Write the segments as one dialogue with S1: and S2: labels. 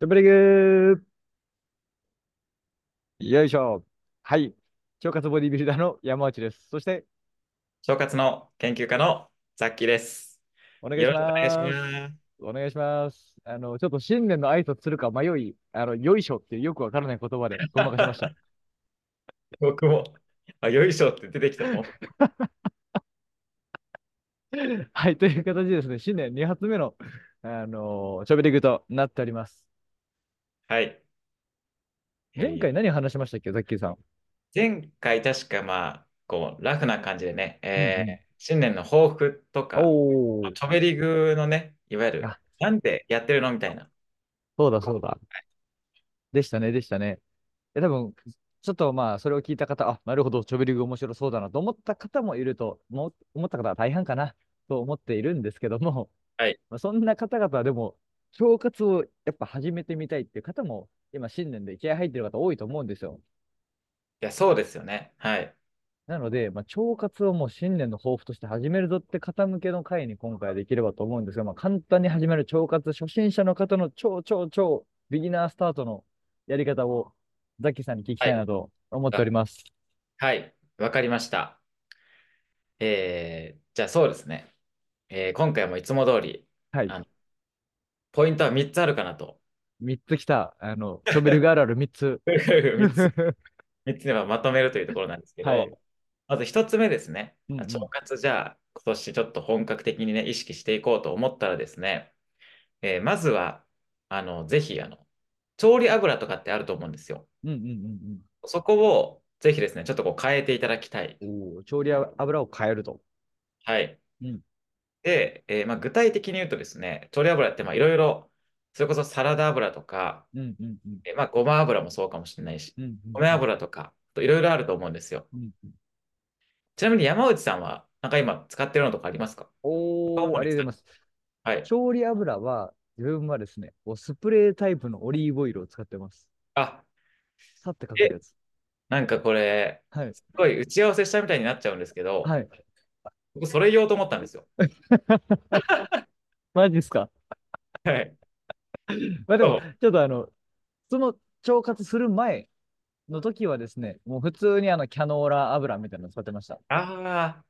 S1: ジャブリグよいしょ。はい。腸活ボディビルダーの山内です。そして、
S2: 腸活の研究家のザッキーです。
S1: お願い
S2: よ
S1: し
S2: ろしくお願いし
S1: ます。
S2: ます。
S1: お願いします。あの、ちょっと新年の挨拶するか迷い、あの、よいしょっていうよくわからない言葉で ごまかしました。
S2: 僕も、あ、よいしょって出てきたの。
S1: はい。という形でですね、新年2発目の、あの、ジャブリグとなっております。
S2: はい。
S1: 前
S2: え
S1: 回
S2: ー
S1: 何話しましたっけ、ザッキーさん。
S2: 前回確かまあ、こう、ラフな感じでね、
S1: うん
S2: え
S1: うん。
S2: ー新年の抱負とか、
S1: おー。
S2: チョベリグのね、いわゆる、
S1: あ、
S2: なんでやってるのみたいな。
S1: そうだそうだ。でしたね、でしたね。え、多分、ちょっとまあ、それを聞いた方、あ、なるほど、チョベリグ面白そうだなと思った方もいると、も、思った方は大半かな、と思っているんですけども、
S2: はい。
S1: まあ、そんな方々はでも、腸活をやっぱ始めてみたいっていう方も、今、新年で気合入ってる方多いと思うんですよ。
S2: いや、そうですよね。はい。
S1: なので、まあ、腸活をもう新年の抱負として始めるぞって方向けの回に今回できればと思うんですが、まあ、簡単に始める腸活初心者の方の超超超ビギナースタートのやり方をザキさんに聞き
S2: は
S1: たい
S2: い。
S1: なと思っており
S2: あ
S1: ます。
S2: はい。わかりました。えーじゃあそうですね。えー今回もいつも通り、
S1: はい。
S2: あの、ポイントは3つあるか なと。
S1: 3つ来た。あの、チョベルがあるある3つ。
S2: 3つ。3つではまとめるというところなんですけ
S1: はい。
S2: ど、まず1つ目ですね。
S1: うんう
S2: あ腸
S1: ん。
S2: 活じゃあ今年ちょっと本格的にね、意識していこうと思ったらですね、えーまずは、あの、ぜひ、あの、調理あぐらとかってあると思うんですよ。
S1: うんうんうん
S2: そこをぜひですね、ちょっとこう変えていただきたい。
S1: うん。おお、調理油を変えると。
S2: はい。
S1: うん。
S2: で、えーまあ、具体的に言うとですね、調理油ってまあいろいろ、それこそサラダ油とか、
S1: うんうんうん。
S2: えーまあ、ごま油もそうかもしれないし、
S1: うんうん
S2: 米
S1: うん。
S2: 油とか、いろいろあると思うんですよ。
S1: うんうん
S2: ちなみに山内さんは、なんか今使ってるのとかありますか
S1: お
S2: 主
S1: ー、あ
S2: に
S1: りがとうござ
S2: 使う。
S1: います。
S2: はい。
S1: 調理油は、自分はですね、こうスプレータイプのオリーブオイルを使ってます。
S2: あ、
S1: さってかける
S2: え、
S1: やつ。
S2: なんかこれ、
S1: はい。
S2: すごい打ち合わせしたみたいになっちゃうんですけど、
S1: はい。
S2: 僕それ言おうと思ったんですよ。
S1: マジですか
S2: はい。
S1: まあでも、
S2: そう。
S1: ちょっとあの、その腸活する前の時はですね、もう普通にあの、キャノーラ油みたいなの使ってました。
S2: ああ、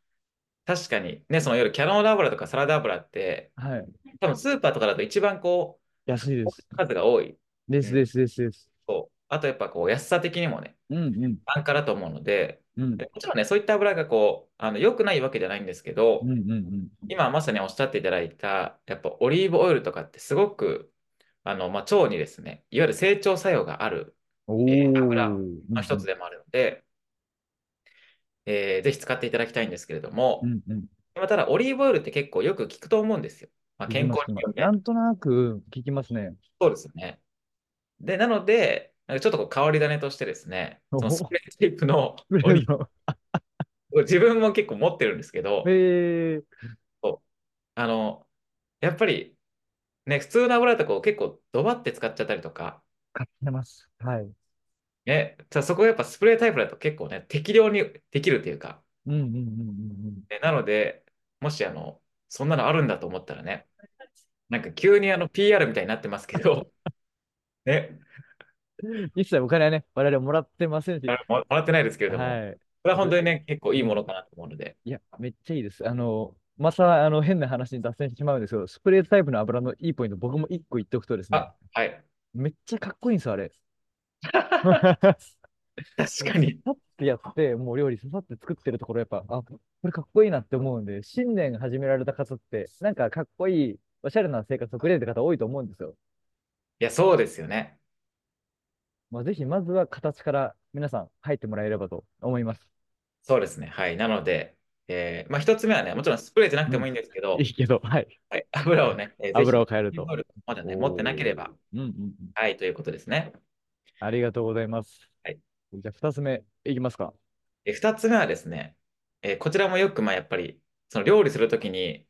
S2: 確かに。ね、その夜、キャノーラ油とかサラダ油って、
S1: はい。
S2: 多分スーパーとかだと一番こ
S1: 安いで
S2: う、
S1: す。
S2: 数が多い。
S1: で
S2: う
S1: す
S2: ん。
S1: ですですです。
S2: そう。あとやっぱこう、安さ的にもね、
S1: うんうん。
S2: 安価だと思うので、
S1: うん。
S2: でもちろんね、そういった油がこう、あの、良くないわけじゃないんですけ
S1: う
S2: ど、
S1: んうんうん。
S2: 今まさにおっしゃっていただいた、やっぱオリーブオイルとかってすごく、あの、まあ、腸にですね、いわゆる整腸作用がある、
S1: お
S2: えー
S1: お、
S2: 油
S1: うん
S2: の
S1: う
S2: 一つ
S1: ん、
S2: でもあるので、えーぜひ使っていただきたいんですけれど
S1: う
S2: も、
S1: んうん。
S2: まあただオリーブオイルって結構よく聞くと思うんですよ。まあ、
S1: 聞き
S2: 健
S1: ま
S2: 康
S1: す、聞き
S2: に
S1: ま
S2: 良
S1: す。
S2: い
S1: な
S2: ね。
S1: んとなく聞きますね。
S2: そうですよね。で、なので、なんかちょっとこう変わり種としてですね、
S1: お
S2: そのス
S1: お、
S2: プレータイプの
S1: プ
S2: オ
S1: レ
S2: リー
S1: ーの。
S2: ブオイル、自分も結構持ってるんですけど、
S1: へ え、
S2: そうあの、やっぱりね、普通の油とこう結構ドバって使っちゃったりとか、
S1: 買ってます。はい。
S2: ね、じゃあそこがやっぱスプレータイプだと結構ね、適量にできるというか、
S1: うんうんうんうんうん。
S2: ねなので、もしあの、そんなのあるんだと思ったらね、なんか急にあの PR みたいになってますけど、 ね、
S1: 一切お金はね、我々もらってません
S2: あ
S1: し。
S2: のももらってないですけれども、
S1: はい。
S2: これは本
S1: ぶ、
S2: 当にね、結構
S1: う
S2: いいも
S1: ん。
S2: のかなと思うので、
S1: いや、めっちゃいいです。あの、また、あの、変な話に脱線してしまうんですけど、スプレータイプの油のいいポイント、僕も一個言っておくとですね、
S2: あ、はい。
S1: めっちゃかっこいいんですよ、あ れ。
S2: 確
S1: もう
S2: かに。
S1: さってやって、もう料理ささって作ってるところ、やっぱ、あ、これかっこいいなって思うんで、新年始められた方って、なんかかっこいい、おしゃれな生活を送れる方多いと思うんですよ。
S2: いや、そうですよね。
S1: まあ、ぜひ、まずは形から皆さん入ってもらえればと思います。
S2: そうですね。はい。なので、えーまあ、一つ目はね、もちろんスプレーじゃな
S1: う
S2: くても
S1: ん。
S2: いいんですけ
S1: い
S2: ど、
S1: いけど、はい。
S2: はい、油をね、えーぜひ、
S1: 油を変えると。
S2: まだね、持ってなけ
S1: お
S2: れ
S1: ー。
S2: ば、
S1: うんうんうん。
S2: はい、ということですね。
S1: ありがとうございます。
S2: はい。
S1: じゃあ、二つ目、いきますか。
S2: えー、二つ目はですね、えーこちらもよく、まあ、やっぱり、その料理するときに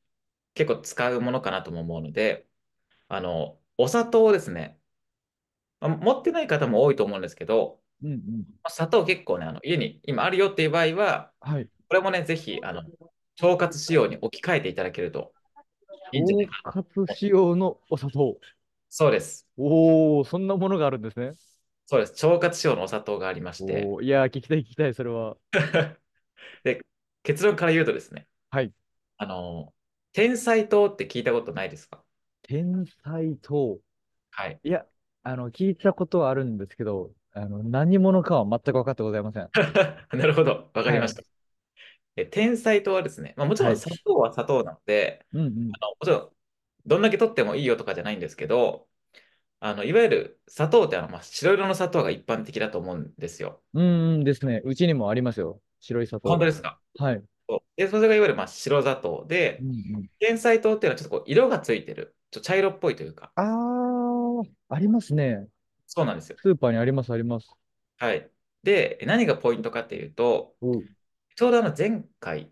S2: 結構使うものかなとも思うので、あの、お砂糖ですね。まあ持ってない方も多いと思うんですけど、
S1: うんうん。
S2: まあ砂糖結構ね、あの家に今あるよっていう場合は、
S1: はい。
S2: これもね、ぜひ、あの、腸活仕様に置き換えていただけるといいんじゃない
S1: 腸
S2: かなと
S1: 活
S2: 思い
S1: 仕様のお砂糖。
S2: そうです。
S1: おー、そんなものがあるんですね。
S2: そうです。腸活症のお砂糖がありまして、
S1: おー、いやー、聞きたい、聞きたい、それは。
S2: で、結論から言うとですね、
S1: はい。
S2: あの、天才糖って聞いたことないですか
S1: 天才と、
S2: はい。
S1: いや、あの、聞いたことはあるんですけど、あの、何者かは全く分かってございません。
S2: なるほど。わかり
S1: は
S2: まし
S1: い。
S2: た。え、天才糖はですね、まあ、もちろ
S1: は
S2: ん
S1: い。
S2: 砂糖は砂糖なので、
S1: うんうん。
S2: あの、もちろん、どんだけ取ってもいいよとかじゃないんですけど、あの、いわゆる砂糖ってあの、まあ、白色の砂糖が一般的だと思うんですよ。
S1: うんうんですね。うちにもありますよ。白い砂
S2: 本当
S1: 糖。
S2: ですか
S1: はい。
S2: そうで、それがいわゆるまあ白砂糖
S1: う
S2: で、
S1: ん
S2: 天才糖っていうのはちょっとこう色がついてる、ちょっと茶色っぽいというか、
S1: うん。あー、ありますね。
S2: そうなんですよ。
S1: スーパーにあります、あります。
S2: はい。で、何がポイントかっていうと、
S1: おう
S2: ちょうどあの前回、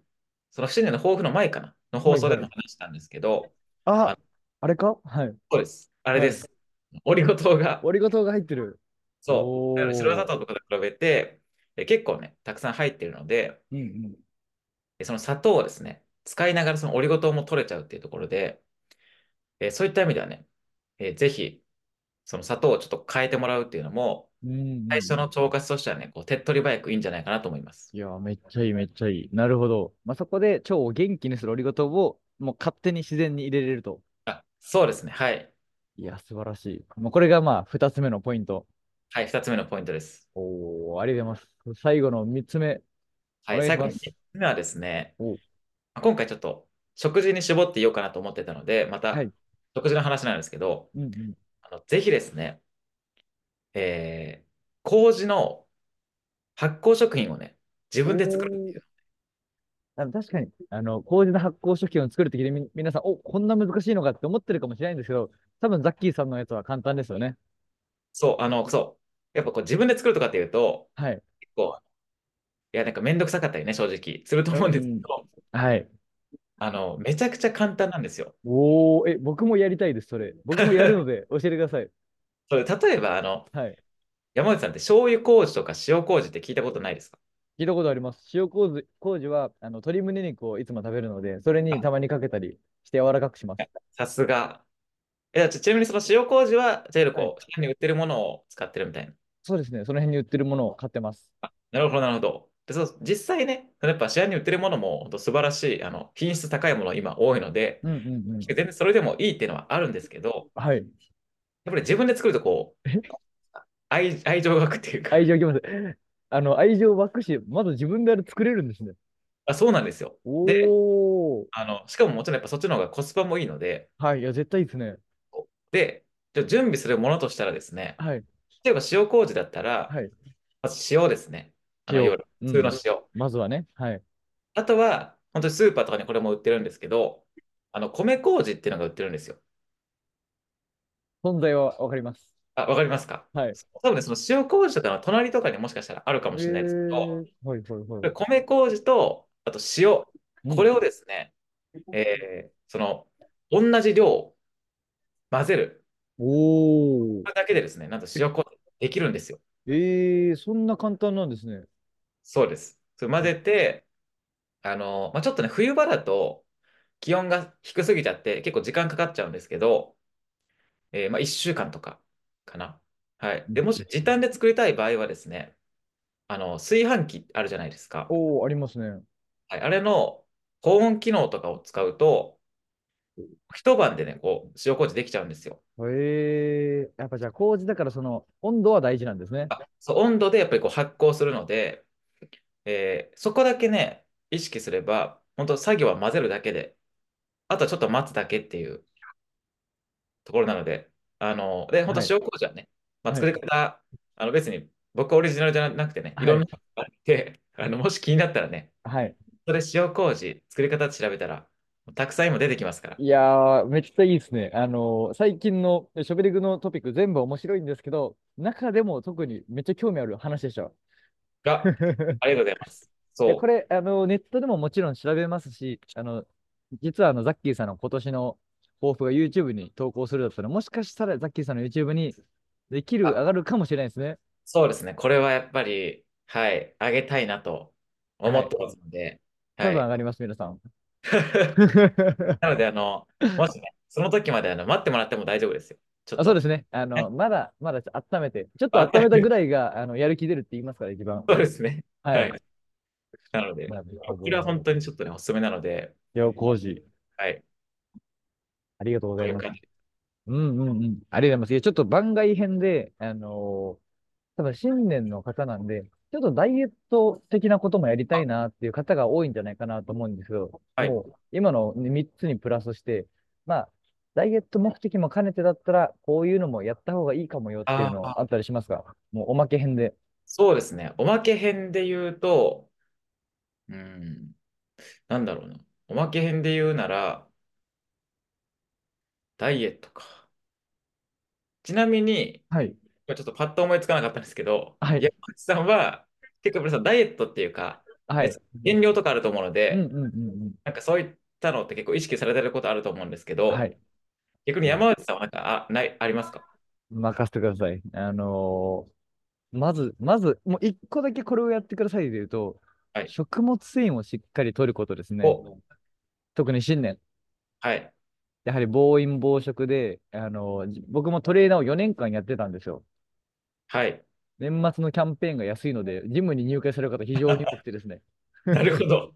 S2: その新年の抱負の前かな、の放
S1: はい
S2: 送
S1: は
S2: でも
S1: い。
S2: 話したんですけど、あ
S1: あ、
S2: の、
S1: あれかはい。
S2: そうです。あれ
S1: は
S2: で
S1: い。
S2: す。オリゴ糖が、
S1: オリゴ糖が入ってる。
S2: そう、だから白
S1: お
S2: 砂
S1: ー。
S2: 糖とかと比べて、え結構ね、たくさん入ってるので、
S1: うんうん。
S2: えその砂糖をですね、使いながらそのオリゴ糖も取れちゃうっていうところで、えそういった意味ではね、えぜひ、その砂糖をちょっと変えてもらうっていうのも、
S1: うんうん
S2: 最初
S1: う
S2: の
S1: ん。
S2: 腸活としてはね、こう手っ取り早くいいんじゃないかなと思います。
S1: いやー、めっちゃいい、めっちゃいい。なるほど。まあ、そこで腸を元気にするオリゴ糖を、もう勝手に自然に入れれると。
S2: あ、そうですね。はい。
S1: いや、素晴らしい。もうこれがまあ、二つ目のポイント。
S2: はい、二つ目のポイントです。
S1: おー、ありがとうございます。最後の三つ目、お
S2: はい、
S1: 願いし
S2: 最後
S1: ま
S2: の3
S1: す。
S2: つ目はですね、
S1: おう
S2: まあ今回ちょっと食事に絞っていようかなと思ってたので、ま
S1: は
S2: た
S1: い。
S2: 食事の話なんですけど、
S1: うんうん。
S2: あのぜひですね、えー、麹の発酵食品をね、自分で作るって
S1: お
S2: い
S1: ー。
S2: う。
S1: あの確かに、あの、麹の発酵食品を作るときでみ、皆さん、お、こんな難しいのかって思ってるかもしれないんですけど、多分ザッキーさんのやつは簡単ですよね。
S2: そう、あの、そう。やっぱこう自分で作るとかっていうと、
S1: はい。
S2: 結構、いや、なんかめんどくさかったりね、正直、すると
S1: う
S2: 思うんですけ
S1: ん。
S2: ど、
S1: はい。
S2: あの、めちゃくちゃ簡単なんですよ。
S1: おー、え、僕もやりたいです、そ れ。僕もやるので、教えてください。
S2: それ、例えば、あの、
S1: はい。
S2: 山内さんって醤油麹とか塩麹って聞いたことないですか
S1: 聞いたことあります。塩麹、麹は、あの、鶏胸肉をいつも食べるので、それに
S2: あ、
S1: たまにかけたりして柔らかくします。
S2: さすが。え、ちちなみにその塩麹は、いわゆる
S1: はい。
S2: こう、市販に売ってるものを使ってるみたいな。
S1: そうですね。その辺に売ってるものを買ってます。
S2: あなるほど、なるほど。で、そう、実際ね、やっぱ市販に売ってるものも、本当素晴らしい、あの、品質高いもの今多いので、
S1: うんうんう ん。
S2: 全然それでもいいっていうのはあるんですけど、
S1: はい。
S2: やっぱり自分で作るとこう、
S1: え
S2: 愛、愛情が湧くっていう
S1: 愛
S2: か
S1: 情きます。あの、愛情湧くし、まず自分であれ作れるんですね。
S2: あ、そうなんですよ。で、
S1: おー。
S2: あの、しかももちろんやっぱそっちの方がコスパもいいので、
S1: はい。いや、絶対いいですね。
S2: で、じゃあ準備するものとしたらですね、
S1: はい。
S2: 例えば塩麹だったら、
S1: はい。
S2: まず塩ですね。あの、い
S1: 塩。
S2: わゆる
S1: う
S2: 普通の
S1: ん。
S2: 塩。
S1: まずはね。はい。
S2: あとは、本当にスーパーとかにこれも売ってるんですけど、あの、米麹っていうのが売ってるんですよ。
S1: 存在はわかります。
S2: あ、わかりますか
S1: はい。
S2: 多分ね、その塩麹とかの隣とかにもしかしたらあるか
S1: え
S2: もしれないですけど、
S1: ー、はいはいはい。
S2: 米麹と、あと塩、
S1: う
S2: こ
S1: ん。
S2: れをですね、えーその、同じ量混ぜる。
S1: おー。
S2: これだけでですね、なんと塩麹できるんですよ。
S1: ええー、そんな簡単なんですね。
S2: そうです。それ混ぜて、あの、まあ、ちょっとね、冬場だと気温が低すぎちゃって結構時間かかっちゃうんですけど、えーまあ、1週間とかかな。はい。
S1: う
S2: で、
S1: ん
S2: も
S1: う
S2: し
S1: ん
S2: 時
S1: うん
S2: 短で作りたい場合はですね、あの、炊飯器あるじゃないですか。
S1: おー、ありますね。
S2: はい、あれの保温機能とかを使うと、一晩でね、こう、塩麹できちゃうんですよ。
S1: へえ、やっぱじゃあ麹だからその温度は大事なんですね。
S2: そう、温度でやっぱりこう発酵するので、えーそこだけね、意識すれば、本当作業は混ぜるだけで、あとはちょっと待つだけっていうところなので、あの、で、本当
S1: はい、
S2: 塩麹はね、まあ、
S1: は
S2: 作
S1: い、
S2: り方、あの別に僕オリジナルじゃなくてね、い
S1: は
S2: ろん
S1: い、
S2: なのがあって、 あの、もし気になったらね、
S1: はい。
S2: それ塩麹、作り方調べたら、たくさん今出てきますから。
S1: いやー、めっちゃいいですね。あのー最近のショベリグのトピック全部面白いんですけど、中でも特にめっちゃ興味ある話でした。
S2: が、ありがとうございます。
S1: いや、こ
S2: そう。
S1: れ、あの、ネットでももちろん調べますし、あの、実はあの、ザッキーさんの今年の抱負が YouTube に投稿するだったら、もしかしたらザッキーさんの YouTube にできる、
S2: あ
S1: 上がるかもしれないですね。
S2: そうですね。これはやっぱり、はい、あげたいなと思
S1: は
S2: っ
S1: い。
S2: てますので、
S1: 多
S2: は
S1: 分上
S2: い。
S1: がります、皆さ ん。
S2: なので、あの、もしね、その時まであの待ってもらっても大丈夫ですよ。ちょっ
S1: あ、そう
S2: と
S1: ですね。あ
S2: え
S1: の、まだ、まだ温めて、ちょっと
S2: あ
S1: 温めたぐらいが、あの、やる気出るって言いますから、一番。
S2: そうですね。
S1: は。
S2: はいい。なので、
S1: なるほ
S2: これは本
S1: ど。
S2: 当にちょっとね、おすすめなので、
S1: 良好時。
S2: はい。
S1: ありがとうご
S2: こ
S1: ざ
S2: う
S1: い
S2: いう
S1: ます。
S2: 感じ。
S1: うんうんうん。ありがとうございます。いや、ちょっと番外編で、あのー多分新年の方なんで、ちょっとダイエット的なこともやりたいなっていう方が多いんじゃないかなと思うんですけど、
S2: はい。
S1: もう今の3つにプラスして、まあ、ダイエット目的も兼ねてだったら、こういうのもやった方がいいかもよっていう
S2: あ
S1: の
S2: あ、
S1: あったりしますかもうおまけ編で。
S2: そうですね。おまけ編で言うと、うん、なんだろうな。おまけ編で言うなら、ダイエットか。ちなみに、
S1: はい。
S2: ちょっとパッと思いつかなかったんですけど、
S1: はい。
S2: 山口さんは、結構皆さんダイエットっていうか、
S1: は
S2: ね
S1: い。
S2: 減量とかあると思うの
S1: うん
S2: で、
S1: うんうんうん。
S2: なんかそういったのって結構意識されてることあると思うんですけ
S1: は
S2: ど、
S1: い。
S2: 逆
S1: う
S2: に
S1: ん
S2: 山内さんはなんか、あ、ない、ありますか
S1: 任せてください。あのーまず、まず、もう一個だけこれをやってくださいで言うと、
S2: はい。
S1: 食物繊維をしっかり摂ることですね。
S2: お、
S1: 特に新年。
S2: はい。
S1: やはり暴飲暴食で、あのーじ僕もトレーナーを4年間やってたんですよ。
S2: はい。
S1: 年末のキャンペーンが安いので、ジムに入会される方非常に多くてです ね。
S2: なる ほど。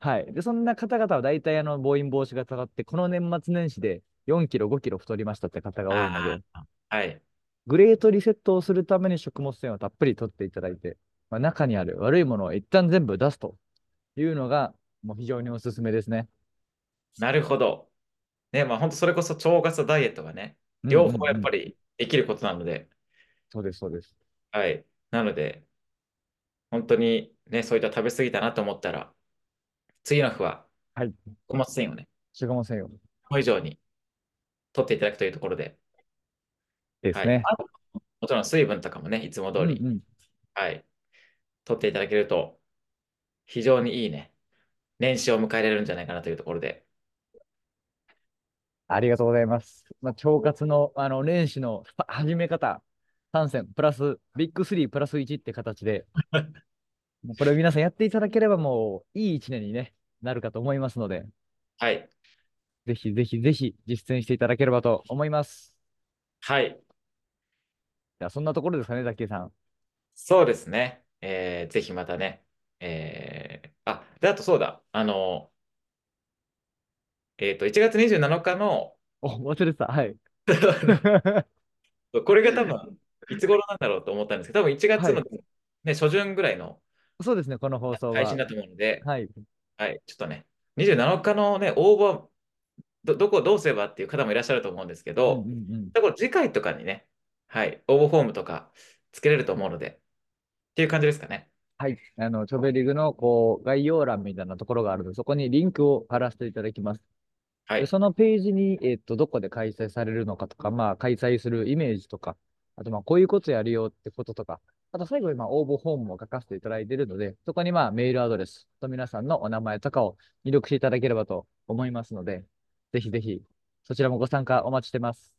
S1: はい。で、そんな方々は大体あの暴飲暴食がたがって、この年末年始で4キロ、5キロ太りましたって方が多いの
S2: あ
S1: で、
S2: あ、はい。
S1: グレートリセットをするために食物繊維をたっぷり摂っていただいて、まあ、中にある悪いものを一旦全部出すというのが、もう非常におすすめですね。
S2: なるほど。ね、まあ本当それこそ腸活とダイエットがね、
S1: うん
S2: 両
S1: うん
S2: 方やっ
S1: う
S2: ぱ
S1: ん。
S2: りできることなので、
S1: そうです、そうです。
S2: はい。なので、本当にね、そういった食べ過ぎたなと思ったら、次の日は
S1: はい。
S2: 食物繊維をね、
S1: 食物繊維を
S2: これ以上に取っていただくというところで、
S1: で
S2: は
S1: す
S2: い。
S1: ね。
S2: あともちろん水分とかもね、いつも
S1: う
S2: 通
S1: ん
S2: り、
S1: うん。
S2: はい、取っていただけると、非常にいいね、年始を迎えられるんじゃないかなというところで、
S1: ありがとうございます。まあ、腸活の、あの、年始のさ始め方、参戦、プラス、ビッグ3プラス1って形 で、もうこれを皆さんやっていただければもう、いい一年にね、なるかと思いますので、
S2: はい。
S1: ぜひぜひぜひ実践していただければと思います。
S2: はい。
S1: じゃあ、そんなところですかね、ザッキーさん。
S2: そうですね。えーぜひまたね。えーあ、で、あとそうだ。あの、えっと、1月27日の、
S1: お、忘れてた。はい。
S2: あのこれが多分、いつ頃なんだろうと思ったんですけど、多分1
S1: は
S2: 月の、
S1: い。
S2: ね、初旬ぐらいの
S1: そうですね、この放送
S2: 配信
S1: は。
S2: だと思うので、
S1: はい。
S2: はい、ちょっとね、27日のね、応募、ど、どこをどうすればっていう方もいらっしゃると思うんですけ
S1: うん
S2: ど、
S1: うんうん。
S2: だから次回とかにね、はい、応募フォームとかつけれると思うので、っていう感じですかね。
S1: はい。あの、チョベリグの、こう、概要欄みたいなところがあるので、そこにリンクを貼らせていただきます。
S2: は
S1: で、
S2: い。
S1: そのページに、えっと、どこで開催されるのかとか、まあ、開催するイメージとか、あと、まあ、こういうことやるよってこととか、あと、最後に、まあ、応募フォームも書かせていただいているので、そこに、まあ、メールアドレスと皆さんのお名前とかを入力していただければと思いますので、ぜひぜひ、そちらもご参加お待ちしてます。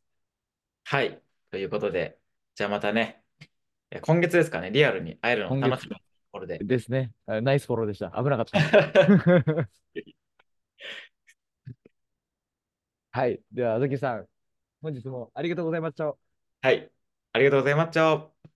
S2: はい。ということで、じゃあまたね、え今月ですかね、リアルに会えるの
S1: 今月
S2: 楽しみなところで。
S1: ですね。あナイスフォローでした。危なかった。 はい。では、ザキさん、本日もありがとうございました。
S2: はい。ありがとうございました。